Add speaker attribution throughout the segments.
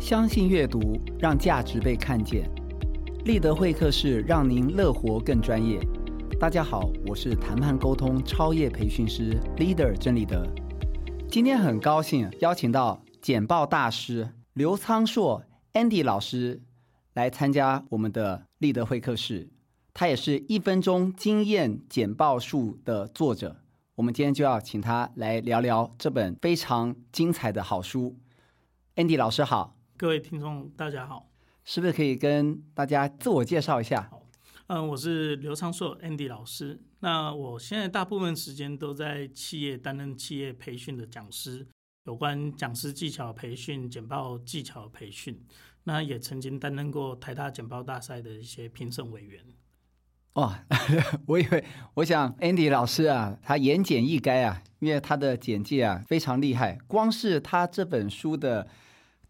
Speaker 1: 相信阅读，让价值被看见。立德会客室让您乐活更专业。大家好，我是谈判沟通超业培训师 Leader 郑立德。今天很高兴邀请到简报大师刘仓硕 Andy 老师来参加我们的立德会客室。他也是一分钟经验简报术的作者。我们今天就要请他来聊聊这本非常精彩的好书。Andy 老师好，
Speaker 2: 各位听众大家好，
Speaker 1: 是不是可以跟大家自我介绍一下？
Speaker 2: 嗯、我是刘昌硕 Andy 老师。那我现在大部分时间都在企业担任企业培训的讲师，有关讲师技巧培训、简报技巧培训。那也曾经担任过台大简报大赛的一些评审委员。
Speaker 1: 哇，我以为我想 Andy 老师啊，他言简意赅啊，因为他的简介啊非常厉害，光是他这本书的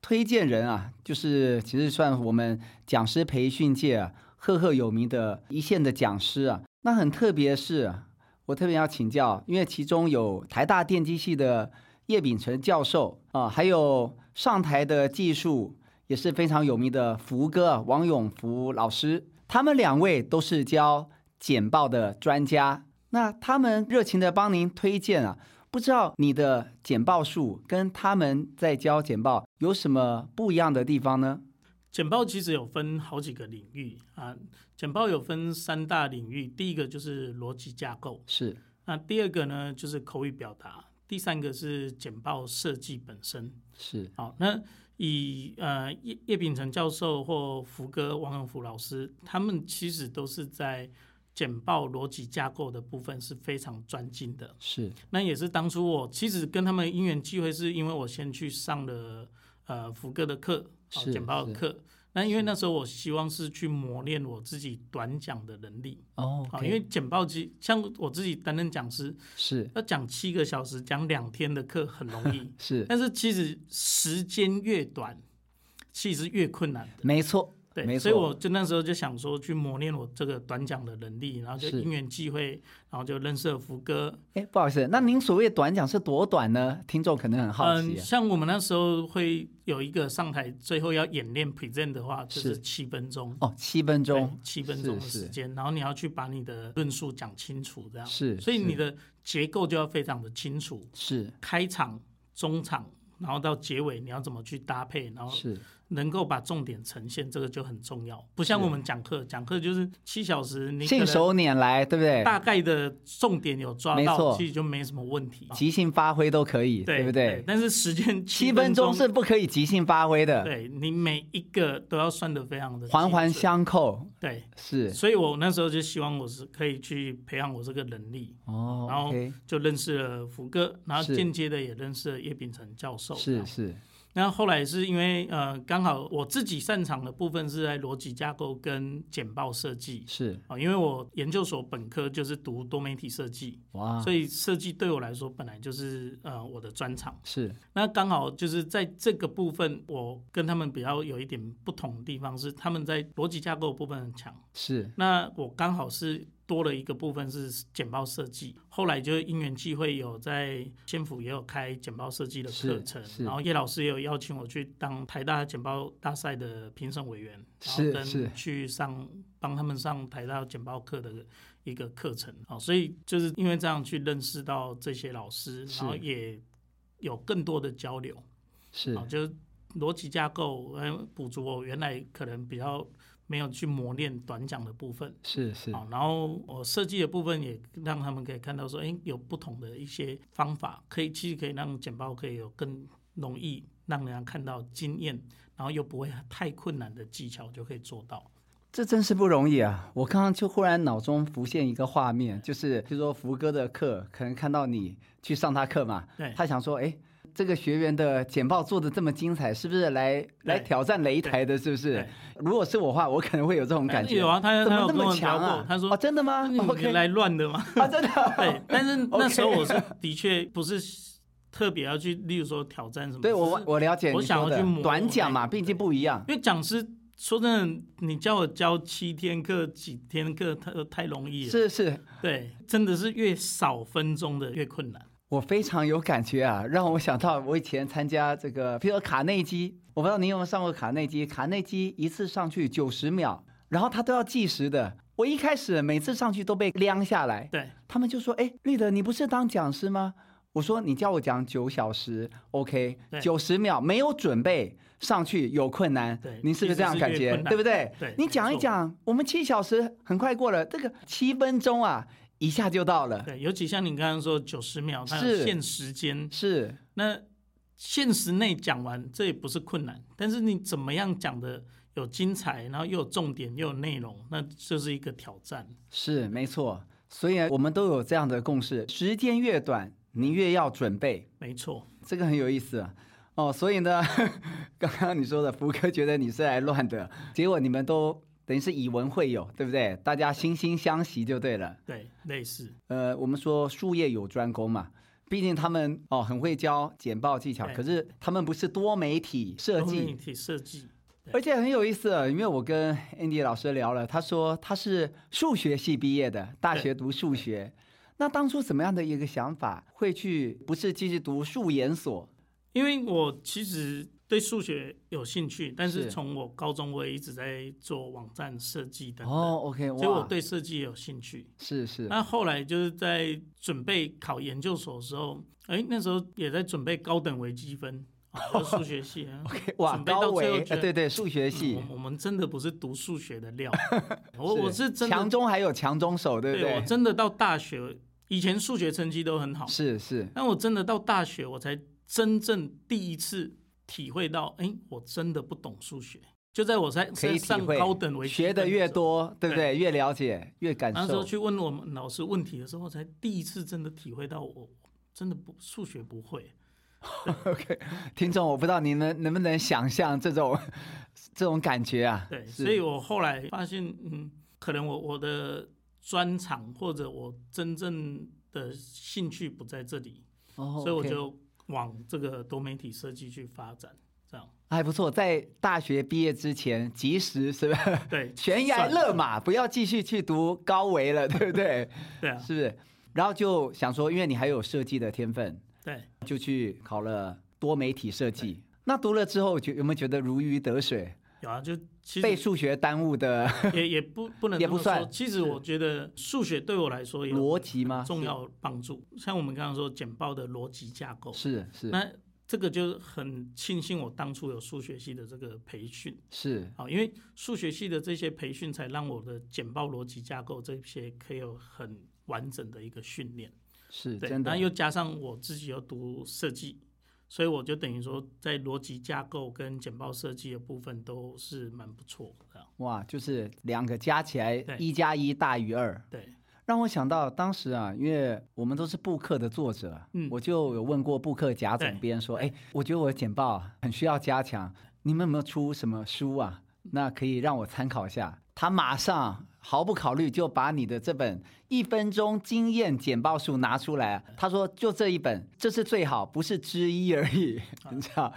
Speaker 1: 推荐人啊，就是其实算我们讲师培训界啊赫赫有名的一线的讲师啊。那很特别是，啊我特别要请教，因为其中有台大电机系的叶秉成教授啊、还有上台的技术也是非常有名的福哥啊王永福老师，他们两位都是教简报的专家。那他们热情的帮您推荐啊，不知道你的简报术跟他们在教简报有什么不一样的地方呢？
Speaker 2: 简报其实有分好几个领域啊，简报有分三大领域，第一个就是逻辑架构，
Speaker 1: 是
Speaker 2: 那第二个呢就是口语表达，第三个是简报设计本身。
Speaker 1: 是
Speaker 2: 好，那以呃叶叶秉成教授或福哥王永福老师，他们其实都是在简报逻辑架构的部分是非常专精的。
Speaker 1: 是
Speaker 2: 那也是当初我其实跟他们因缘际会，是因为我先去上了呃福哥的课，哦
Speaker 1: 是
Speaker 2: 简报的
Speaker 1: 是
Speaker 2: 课。那因为那时候我希望是去磨练我自己短讲的能力
Speaker 1: 哦
Speaker 2: 啊，因为简报机像我自己担任讲师，
Speaker 1: 是，
Speaker 2: 要讲七个小时，讲两天的课很容易
Speaker 1: 是
Speaker 2: 但是其实时间越短，其实越困难的。
Speaker 1: 没错，没
Speaker 2: 对，
Speaker 1: 错
Speaker 2: 所以我就那时候就想说，去磨练我这个短讲的能力，然后就是因缘际会，然后就认识了福哥。
Speaker 1: 哎，不好意思，那您所谓短讲是多短呢？听众可能很好奇
Speaker 2: 嗯，
Speaker 1: 啊、
Speaker 2: 像我们那时候会有一个上台，最后要演练 present 的话，就是是七分钟，
Speaker 1: 哦，七分钟
Speaker 2: 对七分钟的
Speaker 1: 是
Speaker 2: 时间，然后你要去把你的论述讲清楚，这样。
Speaker 1: 是
Speaker 2: 所以
Speaker 1: 是
Speaker 2: 你的结构就要非常的清楚，
Speaker 1: 是
Speaker 2: 开场、中场，然后到结尾你要怎么去搭配，然后
Speaker 1: 是
Speaker 2: 能够把重点呈现，这个就很重要。不像我们讲课，讲课就是七小时，你可
Speaker 1: 信
Speaker 2: 能
Speaker 1: 手拈来，对不对？
Speaker 2: 大概的重点有抓
Speaker 1: 没错
Speaker 2: 到，其实就没什么问题。
Speaker 1: 即兴发挥都可以，
Speaker 2: 对
Speaker 1: 不
Speaker 2: 对
Speaker 1: 对？
Speaker 2: 但是时间
Speaker 1: 七分
Speaker 2: 分
Speaker 1: 钟是不可以即兴发挥的，
Speaker 2: 对你每一个都要算得非常的
Speaker 1: 环环
Speaker 2: 精准
Speaker 1: 相扣，
Speaker 2: 对，
Speaker 1: 是
Speaker 2: 所以我那时候就希望我是可以去培养我这个能力，
Speaker 1: 哦
Speaker 2: 然后
Speaker 1: ，OK，
Speaker 2: 就认识了福哥，然后
Speaker 1: 是
Speaker 2: 间接的也认识了叶秉成教授。
Speaker 1: 是是
Speaker 2: 那后来是因为呃，刚好我自己擅长的部分是在逻辑架构跟简报设计
Speaker 1: 是，
Speaker 2: 啊、哦因为我研究所本科就是读多媒体设计，
Speaker 1: 哇，
Speaker 2: 所以设计对我来说本来就是呃我的专长。
Speaker 1: 是
Speaker 2: 那刚好就是在这个部分，我跟他们比较有一点不同的地方是，他们在逻辑架构部分很强，
Speaker 1: 是
Speaker 2: 那我刚好是多了一个部分是简报设计。后来就因缘际会有在仙府也有开简报设计的课程
Speaker 1: 是，是
Speaker 2: 然后叶老师也有邀请我去当台大简报大赛的评审委员，然
Speaker 1: 是
Speaker 2: 后
Speaker 1: 是
Speaker 2: 跟去上帮他们上台大简报课的。一个课程啊，所以就是因为这样去认识到这些老师，
Speaker 1: 是
Speaker 2: 然后也有更多的交流。
Speaker 1: 是
Speaker 2: 啊，就是逻辑架构，嗯，补足我原来可能比较没有去磨练短讲的部分。
Speaker 1: 是是
Speaker 2: 好，然后我设计的部分也让他们可以看到说，哎，有不同的一些方法，可以其实可以让简报可以有更容易让人家看到经验，然后又不会太困难的技巧就可以做到。
Speaker 1: 这真是不容易啊！我刚刚就忽然脑中浮现一个画面，就是就说福哥的课，可能看到你去上他课嘛，
Speaker 2: 对
Speaker 1: 他想说，哎，这个学员的简报做的这么精彩，是不是来来挑战擂台的？是不是
Speaker 2: 对？
Speaker 1: 如果是我话，我可能会有这种感觉。
Speaker 2: 有啊，他
Speaker 1: 怎
Speaker 2: 他
Speaker 1: 么那
Speaker 2: 有跟
Speaker 1: 么
Speaker 2: 我聊
Speaker 1: 强
Speaker 2: 过，
Speaker 1: 啊？
Speaker 2: 他说
Speaker 1: 哦，真的吗
Speaker 2: 你
Speaker 1: ？OK，
Speaker 2: 来乱的吗？
Speaker 1: 啊，真的啊，
Speaker 2: 对，但是
Speaker 1: OK
Speaker 2: 那时候我是的确不是特别要去，例如说挑战什么。
Speaker 1: 对
Speaker 2: 只
Speaker 1: 我
Speaker 2: 是
Speaker 1: 我了解
Speaker 2: 我
Speaker 1: 你
Speaker 2: 想
Speaker 1: 说
Speaker 2: 要
Speaker 1: 的
Speaker 2: 去磨
Speaker 1: 短讲嘛，
Speaker 2: 那个
Speaker 1: 毕竟不一样。
Speaker 2: 因为讲师说真的，你叫我教七天课、几天课，太太容易了。
Speaker 1: 是是，
Speaker 2: 对，真的是越少分钟的越困难。
Speaker 1: 我非常有感觉啊，让我想到我以前参加这个，比如说卡内基，我不知道您有没有上过卡内基，卡内基一次上去九十秒，然后他都要计时的。我一开始每次上去都被晾下来，
Speaker 2: 对，
Speaker 1: 他们就说：“哎，绿的，你不是当讲师吗？”我说：“你叫我讲九小时，OK，
Speaker 2: 对
Speaker 1: 九十秒没有准备上去有困难
Speaker 2: 对，
Speaker 1: 您是不是这样感
Speaker 2: 其实是越
Speaker 1: 觉？
Speaker 2: 困难
Speaker 1: 对不对？
Speaker 2: 对
Speaker 1: 你
Speaker 2: 没
Speaker 1: 讲一
Speaker 2: 错
Speaker 1: 讲，我们七小时很快过了，这个七分钟啊，一下就到了，
Speaker 2: 对，尤其像你刚刚说九十秒，它有
Speaker 1: 是
Speaker 2: 限时间，
Speaker 1: 是
Speaker 2: 那限时内讲完这也不是困难，但是你怎么样讲的有精彩，然后又有重点又有内容，那就是一个挑战。
Speaker 1: 是没错。所以啊我们都有这样的共识：时间越短，您越要准备。
Speaker 2: 没错，
Speaker 1: 这个很有意思啊。哦，所以呢， 刚刚你说的福哥觉得你是来乱的，结果你们都等于是以文会友，对不对？大家惺惺相惜就对了。
Speaker 2: 对，类似，
Speaker 1: 呃，我们说术业有专攻嘛，毕竟他们哦很会教简报技巧，
Speaker 2: 对
Speaker 1: 可是他们不是多媒体设计，
Speaker 2: 体设计，
Speaker 1: 而且很有意思啊，因为我跟 Andy 老师聊了，他说他是数学系毕业的，大学读数学。那当初怎么样的一个想法，会去不是继续读数研所？
Speaker 2: 因为我其实对数学有兴趣，但是
Speaker 1: 是
Speaker 2: 从我高中我也一直在做网站设计等等，
Speaker 1: 哦，OK，哇，
Speaker 2: 所以我对啊设计也有兴趣。
Speaker 1: 是是，
Speaker 2: 那后来就是在准备考研究所的时候，哎、那时候也在准备高等微积分，啊 就是数学系啊。
Speaker 1: 哇，
Speaker 2: 准备到
Speaker 1: 高
Speaker 2: 最后
Speaker 1: 维，
Speaker 2: 觉
Speaker 1: 呃
Speaker 2: 得
Speaker 1: 对对，数学系
Speaker 2: 我，我们真的不是读数学的 料，我我是真
Speaker 1: 强
Speaker 2: 的，
Speaker 1: 中还有强中手，对不
Speaker 2: 对我
Speaker 1: 对？
Speaker 2: 真的到大学，以前数学成绩都很好，
Speaker 1: 是是，
Speaker 2: 但我真的到大学，我才真正第一次体会到，哎、我真的不懂数学。就在我在
Speaker 1: 可以
Speaker 2: 在
Speaker 1: 体
Speaker 2: 上
Speaker 1: 会
Speaker 2: 高等微积分
Speaker 1: 学的越
Speaker 2: 时候，
Speaker 1: 多，对不
Speaker 2: 对
Speaker 1: 对？越了解，越感
Speaker 2: 那时候
Speaker 1: 受。
Speaker 2: 去问我们老师问题的时候，我才第一次真的体会到我我真的不数学不会。
Speaker 1: OK，听众，我不知道你们能不能想象这种 这种感觉啊？
Speaker 2: 对，
Speaker 1: 是
Speaker 2: 所以我后来发现，嗯，可能我我的专长或者我真正的兴趣不在这里，
Speaker 1: 哦
Speaker 2: 所以我
Speaker 1: OK
Speaker 2: 就往这个多媒体设计去发展。这样
Speaker 1: 还哎不错，在大学毕业之前，及时是吧？
Speaker 2: 对，
Speaker 1: 悬崖
Speaker 2: 算
Speaker 1: 勒马，不要继续去读高维了，对不对？
Speaker 2: 对啊，
Speaker 1: 是不是？然后就想说，因为你还有设计的天分，
Speaker 2: 对，
Speaker 1: 就去考了多媒体设计。那读了之后，觉有没有觉得如鱼得水？
Speaker 2: 有啊，就其
Speaker 1: 被
Speaker 2: 实
Speaker 1: 数学耽误的
Speaker 2: 也也不不能
Speaker 1: 也
Speaker 2: 这
Speaker 1: 不
Speaker 2: 么说
Speaker 1: 算
Speaker 2: 其实我觉得数学对我来说也 有
Speaker 1: 逻辑吗？
Speaker 2: 重要帮助，像我们刚刚说简报的逻辑架构，
Speaker 1: 是是
Speaker 2: 那这个就很庆幸我当初有数学系的这个培训。
Speaker 1: 是
Speaker 2: 好，因为数学系的这些培训，才让我的简报逻辑架构这些可以有很完整的一个训练。
Speaker 1: 是，
Speaker 2: 对，
Speaker 1: 真
Speaker 2: 然
Speaker 1: 的
Speaker 2: 后又加上我自己又读设计，所以我就等于说在逻辑架构跟简报设计的部分都是蛮不错的。啊
Speaker 1: 哇，就是两个加起来
Speaker 2: 对
Speaker 1: 一加一大于二，
Speaker 2: 对，
Speaker 1: 让我想到当时啊，因为我们都是布克的作者，
Speaker 2: 嗯
Speaker 1: 我就有问过布克贾总编说，哎，我觉得我的简报啊很需要加强，你们有没有出什么书啊？那可以让我参考一下。他马上毫不考虑就把你的这本《一分钟经验简报术》拿出来啊，他说就这一本，这是最好，不是之一而已，你知道？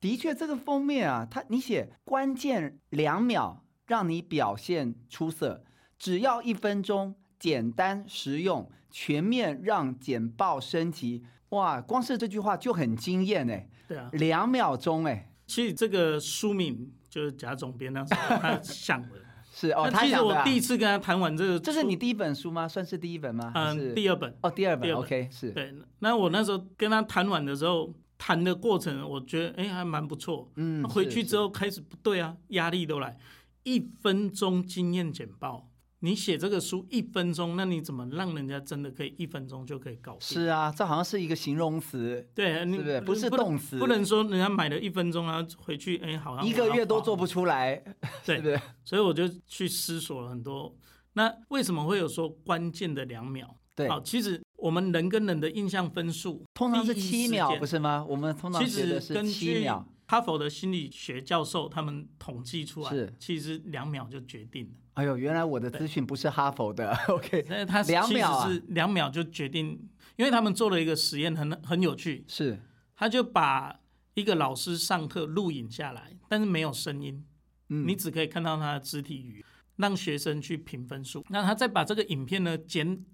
Speaker 1: 的确，这个封面啊，它你写关键两秒让你表现出色，只要一分钟，简单实用，全面让简报升级。哇，光是这句话就很惊艳哎，
Speaker 2: 对啊，
Speaker 1: 两秒钟哎，
Speaker 2: 其实这个书名就是贾总编那时候他想的。
Speaker 1: 是 哦，
Speaker 2: 那
Speaker 1: 他
Speaker 2: 其实
Speaker 1: 想的、
Speaker 2: 我
Speaker 1: 啊
Speaker 2: 第。一次跟他谈完这个，
Speaker 1: 这是你第一本书吗？算是第一本吗？还
Speaker 2: 嗯
Speaker 1: 是
Speaker 2: 第二本。
Speaker 1: 哦，第二本
Speaker 2: 第二本
Speaker 1: o k 是
Speaker 2: 对，那我那时候跟他谈完的时候，谈的过程我觉得哎、还蛮不错。
Speaker 1: 嗯
Speaker 2: 那回
Speaker 1: 是
Speaker 2: 去之后开始不对啊，压力都来。一分钟经验简报，你写这个书一分钟，那你怎么让人家真的可以一分钟就可以搞定？
Speaker 1: 是啊，这好像是一个形容词，
Speaker 2: 对，啊你
Speaker 1: 是不是不是
Speaker 2: 能
Speaker 1: 动词
Speaker 2: 不能说人家买了一分钟然后回去，哎、好像
Speaker 1: 一个月都做不出来，
Speaker 2: 对
Speaker 1: 是不是？
Speaker 2: 所以我就去思索了很多。那为什么会有说关键的两秒？
Speaker 1: 对，
Speaker 2: 好，其实我们人跟人的印象分数
Speaker 1: 通常是
Speaker 2: 第一
Speaker 1: 七
Speaker 2: 时
Speaker 1: 秒，
Speaker 2: 间
Speaker 1: 不是吗？我们通常
Speaker 2: 其
Speaker 1: 觉
Speaker 2: 实
Speaker 1: 得是
Speaker 2: 根
Speaker 1: 七
Speaker 2: 据
Speaker 1: 秒，
Speaker 2: 哈佛的心理学教授他们统计出来
Speaker 1: 是，
Speaker 2: 其实两秒就决定了。
Speaker 1: 哎呦，原来我的资讯不是哈佛的，OK，
Speaker 2: 那他
Speaker 1: 两
Speaker 2: 其
Speaker 1: 秒啊
Speaker 2: 实是两秒就决定，因为他们做了一个实验很很有趣，
Speaker 1: 是
Speaker 2: 他就把一个老师上课录影下来，但是没有声音，
Speaker 1: 嗯
Speaker 2: 你只可以看到他的肢体语言，让学生去评分数。那他再把这个影片呢剪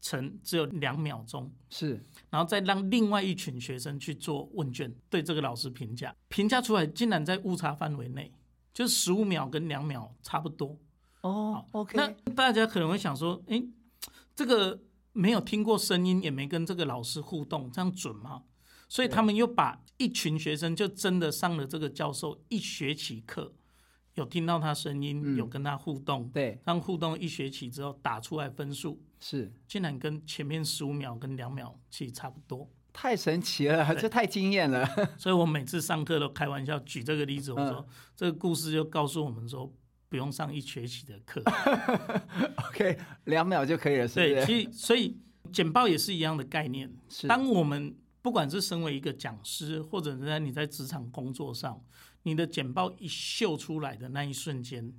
Speaker 2: 成只有两秒钟，
Speaker 1: 是
Speaker 2: 然后再让另外一群学生去做问卷，对这个老师评价，评价出来竟然在误差范围内，就是十五秒跟两秒差不多。
Speaker 1: 哦
Speaker 2: 那
Speaker 1: ，OK，
Speaker 2: 大家可能会想说，诶，这个没有听过声音，也没跟这个老师互动，这样准吗？所以他们又把一群学生就真的上了这个教授一学期课，有听到他声音，有跟他互动，
Speaker 1: 对，
Speaker 2: 让互动一学期之后打出来分数，
Speaker 1: 是
Speaker 2: 竟然跟前面十五秒跟两秒其实差不多。
Speaker 1: 太神奇了，这太惊艳了。
Speaker 2: 所以我每次上课都开玩笑举这个例子，我说、这个故事就告诉我们说，不用上一学期的课。
Speaker 1: OK，两 秒就可以了，是
Speaker 2: 对，
Speaker 1: 不是？
Speaker 2: 其实所以简报也是一样的概念。
Speaker 1: 是
Speaker 2: 当我们不管是身为一个讲师，或者是在你在职场工作上，你的简报一秀出来的那一瞬间，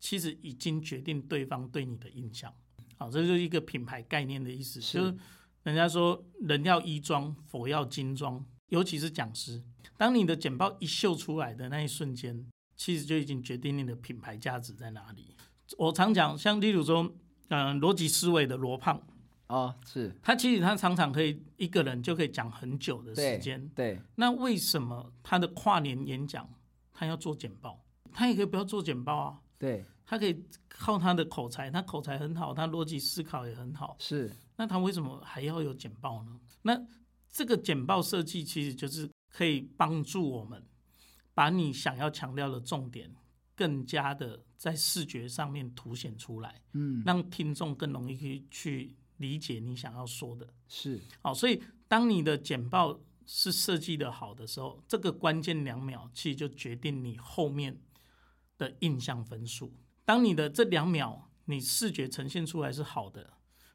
Speaker 2: 其实已经决定对方对你的印象。好，这就是一个品牌概念的意思，
Speaker 1: 是
Speaker 2: 就是人家说人要衣装，佛要金装，尤其是讲师，当你的简报一秀出来的那一瞬间，其实就已经决定你的品牌价值在哪里。我常讲，像例如说，嗯、逻辑思维的罗胖，
Speaker 1: 哦，是
Speaker 2: 他其实他常常可以一个人就可以讲很久的时间。
Speaker 1: 对，
Speaker 2: 那为什么他的跨年演讲他要做简报？他也可以不要做简报啊，
Speaker 1: 对，
Speaker 2: 他可以靠他的口才，他口才很好，他逻辑思考也很好。
Speaker 1: 是
Speaker 2: 那他为什么还要有简报呢？那这个简报设计其实就是可以帮助我们把你想要强调的重点更加的在视觉上面凸显出来，
Speaker 1: 嗯，
Speaker 2: 让听众更容易去去理解你想要说的。
Speaker 1: 是
Speaker 2: 好，所以当你的简报是设计的好的时候，这个关键两秒其实就决定你后面的印象分数。当你的这两秒你视觉呈现出来是好的，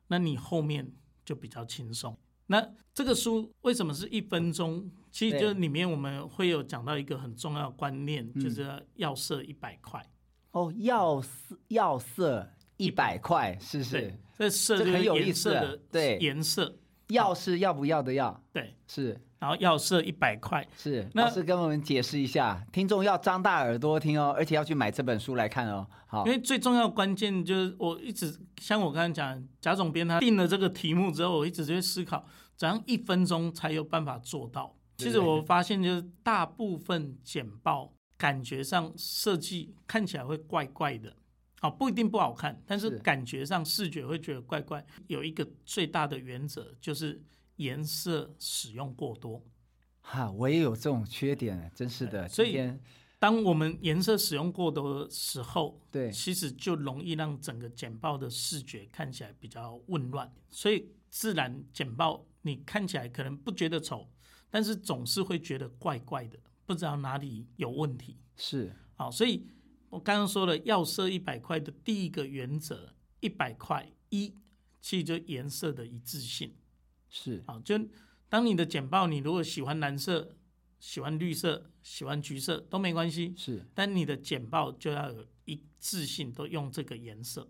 Speaker 2: 那你后面就比较轻松。那这个书为什么是一分钟？其实
Speaker 1: 对嗯
Speaker 2: 就里面我们会有讲到一个很重要的观念，就是要设一百块。
Speaker 1: 哦，要色要色一百块，是
Speaker 2: 对
Speaker 1: 是，，
Speaker 2: 这设
Speaker 1: 这
Speaker 2: 就是
Speaker 1: 很有意
Speaker 2: 颜
Speaker 1: 思
Speaker 2: 色
Speaker 1: 啊
Speaker 2: 的
Speaker 1: 对
Speaker 2: 颜色
Speaker 1: 要是要不要的要，
Speaker 2: 对，
Speaker 1: 是
Speaker 2: 然后要设一百块。
Speaker 1: 是。
Speaker 2: 那
Speaker 1: 老师跟我们解释一下，听众要张大耳朵听哦，而且要去买这本书来看哦。好
Speaker 2: 因，为最重要的关键就是，我一直像我刚才讲，贾总编他定了这个题目之后，我一直就会思考怎样一分钟才有办法做到。
Speaker 1: 对
Speaker 2: 其实我发现，就是大部分简报感觉上设计看起来会怪怪的，啊，不一定不好看，但是
Speaker 1: 是
Speaker 2: 感觉上视觉会觉得怪怪。有一个最大的原则就是颜色使用过多。
Speaker 1: 哈，我也有这种缺点，真是的。
Speaker 2: 对所以
Speaker 1: 今天
Speaker 2: 当我们颜色使用过多的时候，
Speaker 1: 对
Speaker 2: 其实就容易让整个简报的视觉看起来比较混乱，所以自然简报你看起来可能不觉得丑，但是总是会觉得怪怪的，不知道哪里有问题。
Speaker 1: 是
Speaker 2: 好，所以我刚刚说了，要设一百块的第一个原则，一百块一，其实就颜色的一致性。
Speaker 1: 是
Speaker 2: 好，就当你的简报，你如果喜欢蓝色、喜欢绿色、喜欢橘色都没关系，
Speaker 1: 是。
Speaker 2: 但你的简报就要有一致性，都用这个颜色。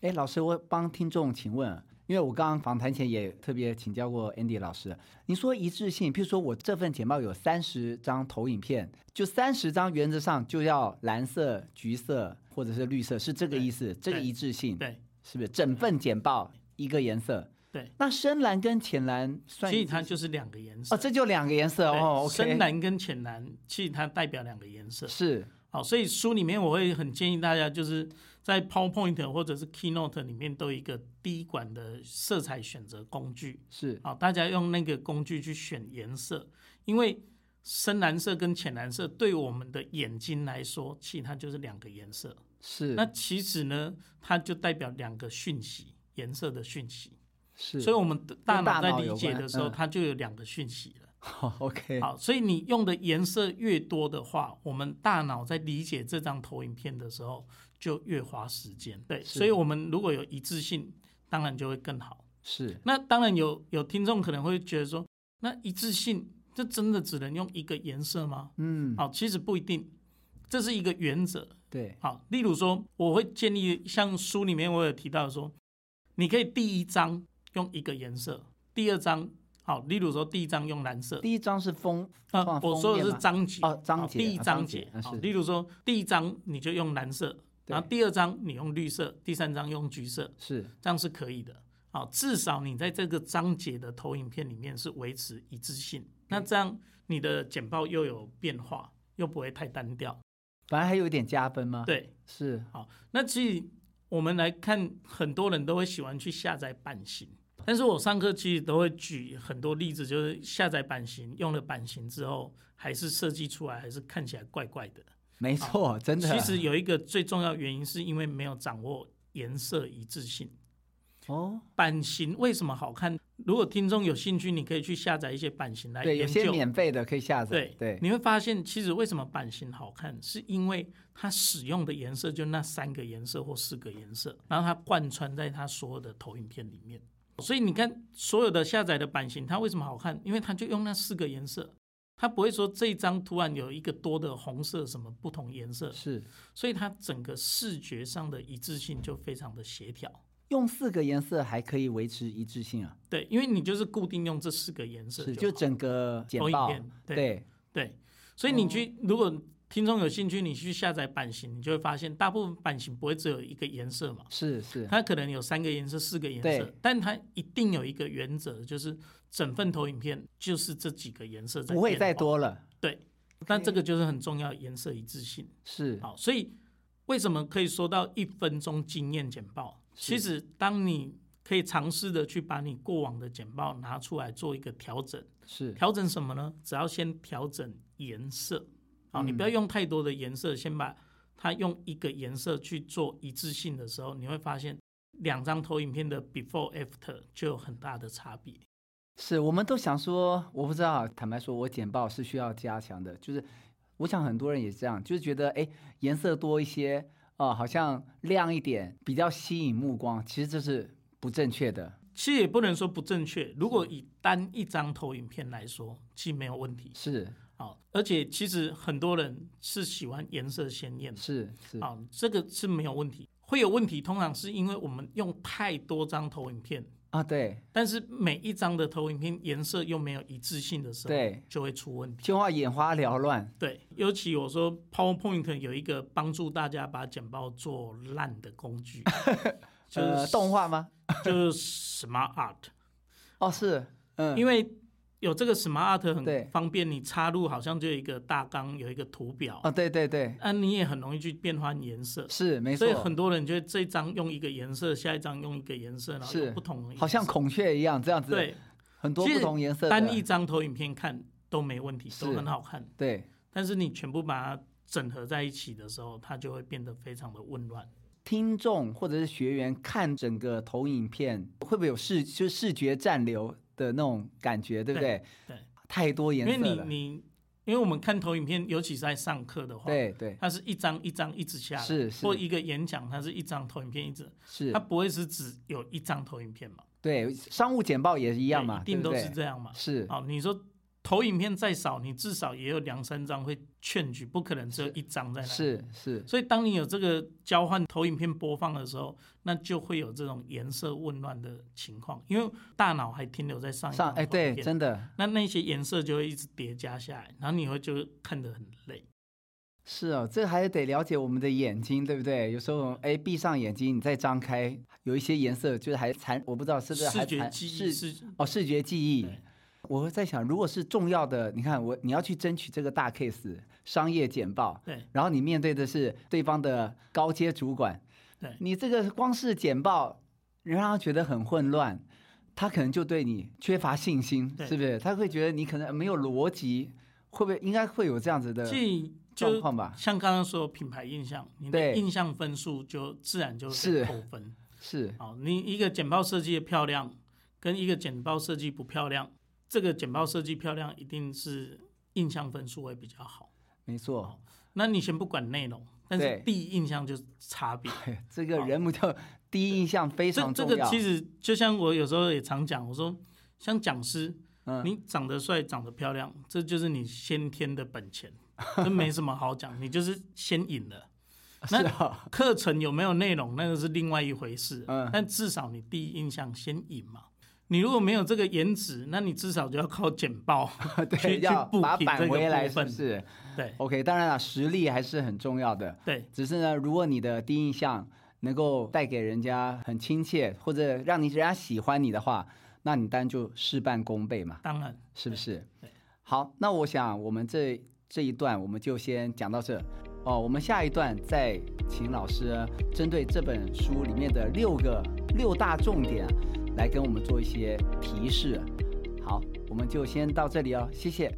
Speaker 1: 哎，老师，我帮听众请问，啊因为我刚刚访谈前也特别请教过 Andy 老师，你说一致性，譬如说我这份简报有三十张投影片，就三十张原则上就要蓝色、橘色或者是绿色，是这个意思？这个一致性
Speaker 2: 对
Speaker 1: 是不是？整份简报一个颜色，
Speaker 2: 对，
Speaker 1: 那深蓝跟浅蓝算
Speaker 2: 其
Speaker 1: 一
Speaker 2: 实
Speaker 1: 致
Speaker 2: 它就是两个颜色。
Speaker 1: 哦，这就两个颜色
Speaker 2: 对
Speaker 1: 哦。OK，
Speaker 2: 深蓝跟浅蓝，其实它代表两个颜色。
Speaker 1: 是
Speaker 2: 好，所以书里面我会很建议大家，就是在 PowerPoint 或者是 Keynote 里面都有一个滴管的色彩选择工具。
Speaker 1: 是
Speaker 2: 好，大家用那个工具去选颜色，因为深蓝色跟浅蓝色对我们的眼睛来说，其实它就是两个颜色。
Speaker 1: 是
Speaker 2: 那其实呢，它就代表两个讯息，颜色的讯息。
Speaker 1: 是，
Speaker 2: 所以我们的大
Speaker 1: 大
Speaker 2: 脑在
Speaker 1: 脑
Speaker 2: 理
Speaker 1: 有
Speaker 2: 解
Speaker 1: 关
Speaker 2: 的时候，
Speaker 1: 嗯
Speaker 2: 它就有两个讯息了。
Speaker 1: 好 OK
Speaker 2: 好，所以你用的颜色越多的话，我们大脑在理解这张投影片的时候就越花时间。对，
Speaker 1: 是
Speaker 2: 所以我们如果有一致性，当然就会更好。
Speaker 1: 是
Speaker 2: 那当然有有听众可能会觉得说，那一致性这真的只能用一个颜色吗？
Speaker 1: 嗯
Speaker 2: 好，其实不一定，这是一个原则。
Speaker 1: 对
Speaker 2: 好，例如说，我会建议像书里面我有提到说，你可以第一章用一个颜色，第二章好，例如说第一章用蓝色，
Speaker 1: 第一张是风
Speaker 2: 啊、
Speaker 1: 放
Speaker 2: 我
Speaker 1: 封
Speaker 2: 说的
Speaker 1: 面
Speaker 2: 是
Speaker 1: 吗
Speaker 2: 章节
Speaker 1: 哦章
Speaker 2: 好
Speaker 1: 节
Speaker 2: 第一
Speaker 1: 啊
Speaker 2: 章
Speaker 1: 章节
Speaker 2: 节
Speaker 1: 啊。
Speaker 2: 好
Speaker 1: 是
Speaker 2: 例如说第一章你就用蓝色，然后第二章你用绿色，第三章用橘色，
Speaker 1: 是
Speaker 2: 这样是可以的。好，至少你在这个章节的投影片里面是维持一致性，那这样你的简报又有变化，又不会太单调。
Speaker 1: 反正还有一点加分吗？，
Speaker 2: 对，
Speaker 1: 是
Speaker 2: 好，那其实我们来看，很多人都会喜欢去下载版型，但是我上课其实都会举很多例子，就是下载版型，用了版型之后，还是设计出来还是看起来怪怪的。
Speaker 1: 没错，真的。
Speaker 2: 啊
Speaker 1: 啊
Speaker 2: 其实有一个最重要原因，是因为没有掌握颜色一致性。
Speaker 1: 哦，
Speaker 2: 版型为什么好看？如果听众有兴趣，你可以去下载一些版型来
Speaker 1: 对，有
Speaker 2: 研
Speaker 1: 些
Speaker 2: 究。
Speaker 1: 免费的可以下载
Speaker 2: 对，
Speaker 1: 对，
Speaker 2: 你会发现，其实为什么版型好看，是因为它使用的颜色就那三个颜色或四个颜色，然后它贯穿在它所有的投影片里面。所以你看，所有的下载的版型，它为什么好看？因为它就用那四个颜色，它不会说这一张突然有一个多的红色什么不同颜色，
Speaker 1: 是
Speaker 2: 所以它整个视觉上的一致性就非常的协调。
Speaker 1: 用四个颜色还可以维持一致性啊，
Speaker 2: 对，因为你就是固定用这四个颜色
Speaker 1: 是
Speaker 2: 就
Speaker 1: 就
Speaker 2: 好
Speaker 1: 整个简
Speaker 2: 投影
Speaker 1: 报
Speaker 2: 片，对
Speaker 1: 对，
Speaker 2: 对，所以你
Speaker 1: 哦
Speaker 2: 去、如果听众有兴趣，你去下载版型，你就会发现大部分版型不会只有一个颜色嘛，
Speaker 1: 是是，
Speaker 2: 它可能有三个颜色、四个颜色
Speaker 1: 对，
Speaker 2: 但它一定有一个原则，就是整份投影片就是这几个颜色在
Speaker 1: 不会
Speaker 2: 变
Speaker 1: 再
Speaker 2: 化。
Speaker 1: 多了，
Speaker 2: 对，那这个就是很重要，颜色一致性。
Speaker 1: 是
Speaker 2: 好，所以为什么可以说到一分钟经验简报？其实，当你可以尝试的去把你过往的简报拿出来做一个调整，
Speaker 1: 是
Speaker 2: 调整什么呢？只要先调整颜色，好，你不要用太多的颜色，先把它用一个颜色去做一致性的时候，你会发现两张投影片的 before after 就有很大的差别。
Speaker 1: 是，我们都想说，我不知道，坦白说，我简报是需要加强的，就是我想很多人也这样，就是觉得哎，诶颜色多一些啊、好像亮一点，比较吸引目光，其实这是不正确的，
Speaker 2: 其实也不能说不正确，如果以单一张投影片来说，其实没有问题。
Speaker 1: 是
Speaker 2: 好，而且其实很多人是喜欢颜色鲜艳的，
Speaker 1: 是是，
Speaker 2: 好，这个是没有问题。会有问题，通常是因为我们用太多张投影片，
Speaker 1: 啊，对，
Speaker 2: 但是每一张的投影片颜色又没有一致性的时候，
Speaker 1: 对，
Speaker 2: 就会出问题。
Speaker 1: 就话眼花缭乱，
Speaker 2: 对，尤其我说 PowerPoint 有一个帮助大家把简报做烂的 工具，就是、
Speaker 1: 呃，动画吗？
Speaker 2: 就是 Smart Art。
Speaker 1: 哦，是，嗯，
Speaker 2: 因为有这个 Smart Art
Speaker 1: 对
Speaker 2: 很方便，你插入好像就有一个大纲，有一个图表，
Speaker 1: 啊，对对对，
Speaker 2: 啊，你也很容易去变换颜色。
Speaker 1: 是没
Speaker 2: 所
Speaker 1: 错
Speaker 2: 以，很多人就会这一张用一个颜色，下一张用一个颜色，然后
Speaker 1: 是
Speaker 2: 有不同的颜色
Speaker 1: 好像孔雀一样这样子，，
Speaker 2: 对
Speaker 1: 很多
Speaker 2: 其
Speaker 1: 不
Speaker 2: 实
Speaker 1: 同颜色的，
Speaker 2: 单一张投影片看都没问题，都
Speaker 1: 是
Speaker 2: 很好看。
Speaker 1: 对，
Speaker 2: 但是你全部把它整合在一起的时候，它就会变得非常的混乱。
Speaker 1: 听众或者是学员看整个投影片，会不会有视就是视觉暂留的那种感觉，对不对？
Speaker 2: 对，
Speaker 1: 太多
Speaker 2: 因
Speaker 1: 颜
Speaker 2: 为
Speaker 1: 色
Speaker 2: 你
Speaker 1: 了，
Speaker 2: 你因为我们看投影片，尤其是在上课的话，
Speaker 1: 对对
Speaker 2: 它是一张一张一直下来，
Speaker 1: 是是
Speaker 2: 或一个演讲，它是一张投影片一直，
Speaker 1: 是
Speaker 2: 它，不会是只有一张投影片嘛？
Speaker 1: 对商务简报也是一
Speaker 2: 一
Speaker 1: 样嘛，
Speaker 2: 一定
Speaker 1: 对
Speaker 2: 都
Speaker 1: 不
Speaker 2: 是
Speaker 1: 对
Speaker 2: 这样嘛。哦
Speaker 1: 是
Speaker 2: 好，你说投影片再少，你至少也有两三张会劝举，不可能只有一张在那里。
Speaker 1: 是是
Speaker 2: 所以，当你有这个交换投影片播放的时候，那就会有这种颜色混乱的情况，因为大脑还停留在上一
Speaker 1: 上
Speaker 2: 张
Speaker 1: 哎
Speaker 2: 投影
Speaker 1: 对，
Speaker 2: 片
Speaker 1: 真的
Speaker 2: 那那些颜色就会一直叠加下来，然后你会就看得很累。
Speaker 1: 是哦，这还得了解我们的眼睛，对不对？有时候哎闭上眼睛，你再张开，有一些颜色就是还残，我不知道是不是还
Speaker 2: 视觉
Speaker 1: 残
Speaker 2: 记
Speaker 1: 是
Speaker 2: 忆是
Speaker 1: 哦，视觉记忆
Speaker 2: 对。
Speaker 1: 我会在想，如果是重要的，你看我你要去争取这个大 case 商业简报，
Speaker 2: 对
Speaker 1: 然后你面对的是对方的高阶主管，
Speaker 2: 对
Speaker 1: 你这个光是简报，让他觉得很混乱，他可能就对你缺乏信心，
Speaker 2: 对
Speaker 1: 是不是？他会觉得你可能没有逻辑，会不会应该会有这样子的
Speaker 2: 记忆
Speaker 1: 状
Speaker 2: 就
Speaker 1: 况吧？
Speaker 2: 像刚刚说品牌印象，你
Speaker 1: 对
Speaker 2: 的印象分数就自然就被
Speaker 1: 是
Speaker 2: 扣分。
Speaker 1: 是
Speaker 2: 好，你一个简报设计的漂亮，跟一个简报设计不漂亮，这个简报设计漂亮一定是印象分数会比较好。
Speaker 1: 没
Speaker 2: 哦
Speaker 1: 错，
Speaker 2: 那你先不管内容，但
Speaker 1: 对
Speaker 2: 是第一印象就是差别。
Speaker 1: 嘿 这个人不就第一印象非
Speaker 2: 这
Speaker 1: 常
Speaker 2: 这
Speaker 1: 重
Speaker 2: 个
Speaker 1: 要，
Speaker 2: 其实就像我有时候也常讲，我说像讲师，
Speaker 1: 嗯，
Speaker 2: 你长得帅、长得漂亮，这就是你先天的 本钱，这没什么好讲，你就是先赢了。
Speaker 1: 是
Speaker 2: 那
Speaker 1: 啊，
Speaker 2: 课程有没有内容，那个是另外一回事。
Speaker 1: 嗯
Speaker 2: 但至少你第一印象先赢嘛。你如果没有这个颜值，那你至少就要靠简报
Speaker 1: 对，
Speaker 2: 去去
Speaker 1: 要
Speaker 2: 补
Speaker 1: 把它
Speaker 2: 平
Speaker 1: 扳
Speaker 2: 这个
Speaker 1: 回来，
Speaker 2: 部
Speaker 1: 是
Speaker 2: 分
Speaker 1: 不是？
Speaker 2: 对
Speaker 1: ，OK，当然了，实力还是很重要的。
Speaker 2: 对
Speaker 1: 只是呢，如果你的第一印象能够带给人家很亲切，或者让你人家喜欢你的话，那你当然就事半功倍嘛，
Speaker 2: 当然，
Speaker 1: 是不是
Speaker 2: 对对？
Speaker 1: 好，那我想我们这这一段我们就先讲到这。哦，我们下一段再请老师针对这本书里面的六个六大重点来跟我们做一些提示。好，我们就先到这里哦，谢谢。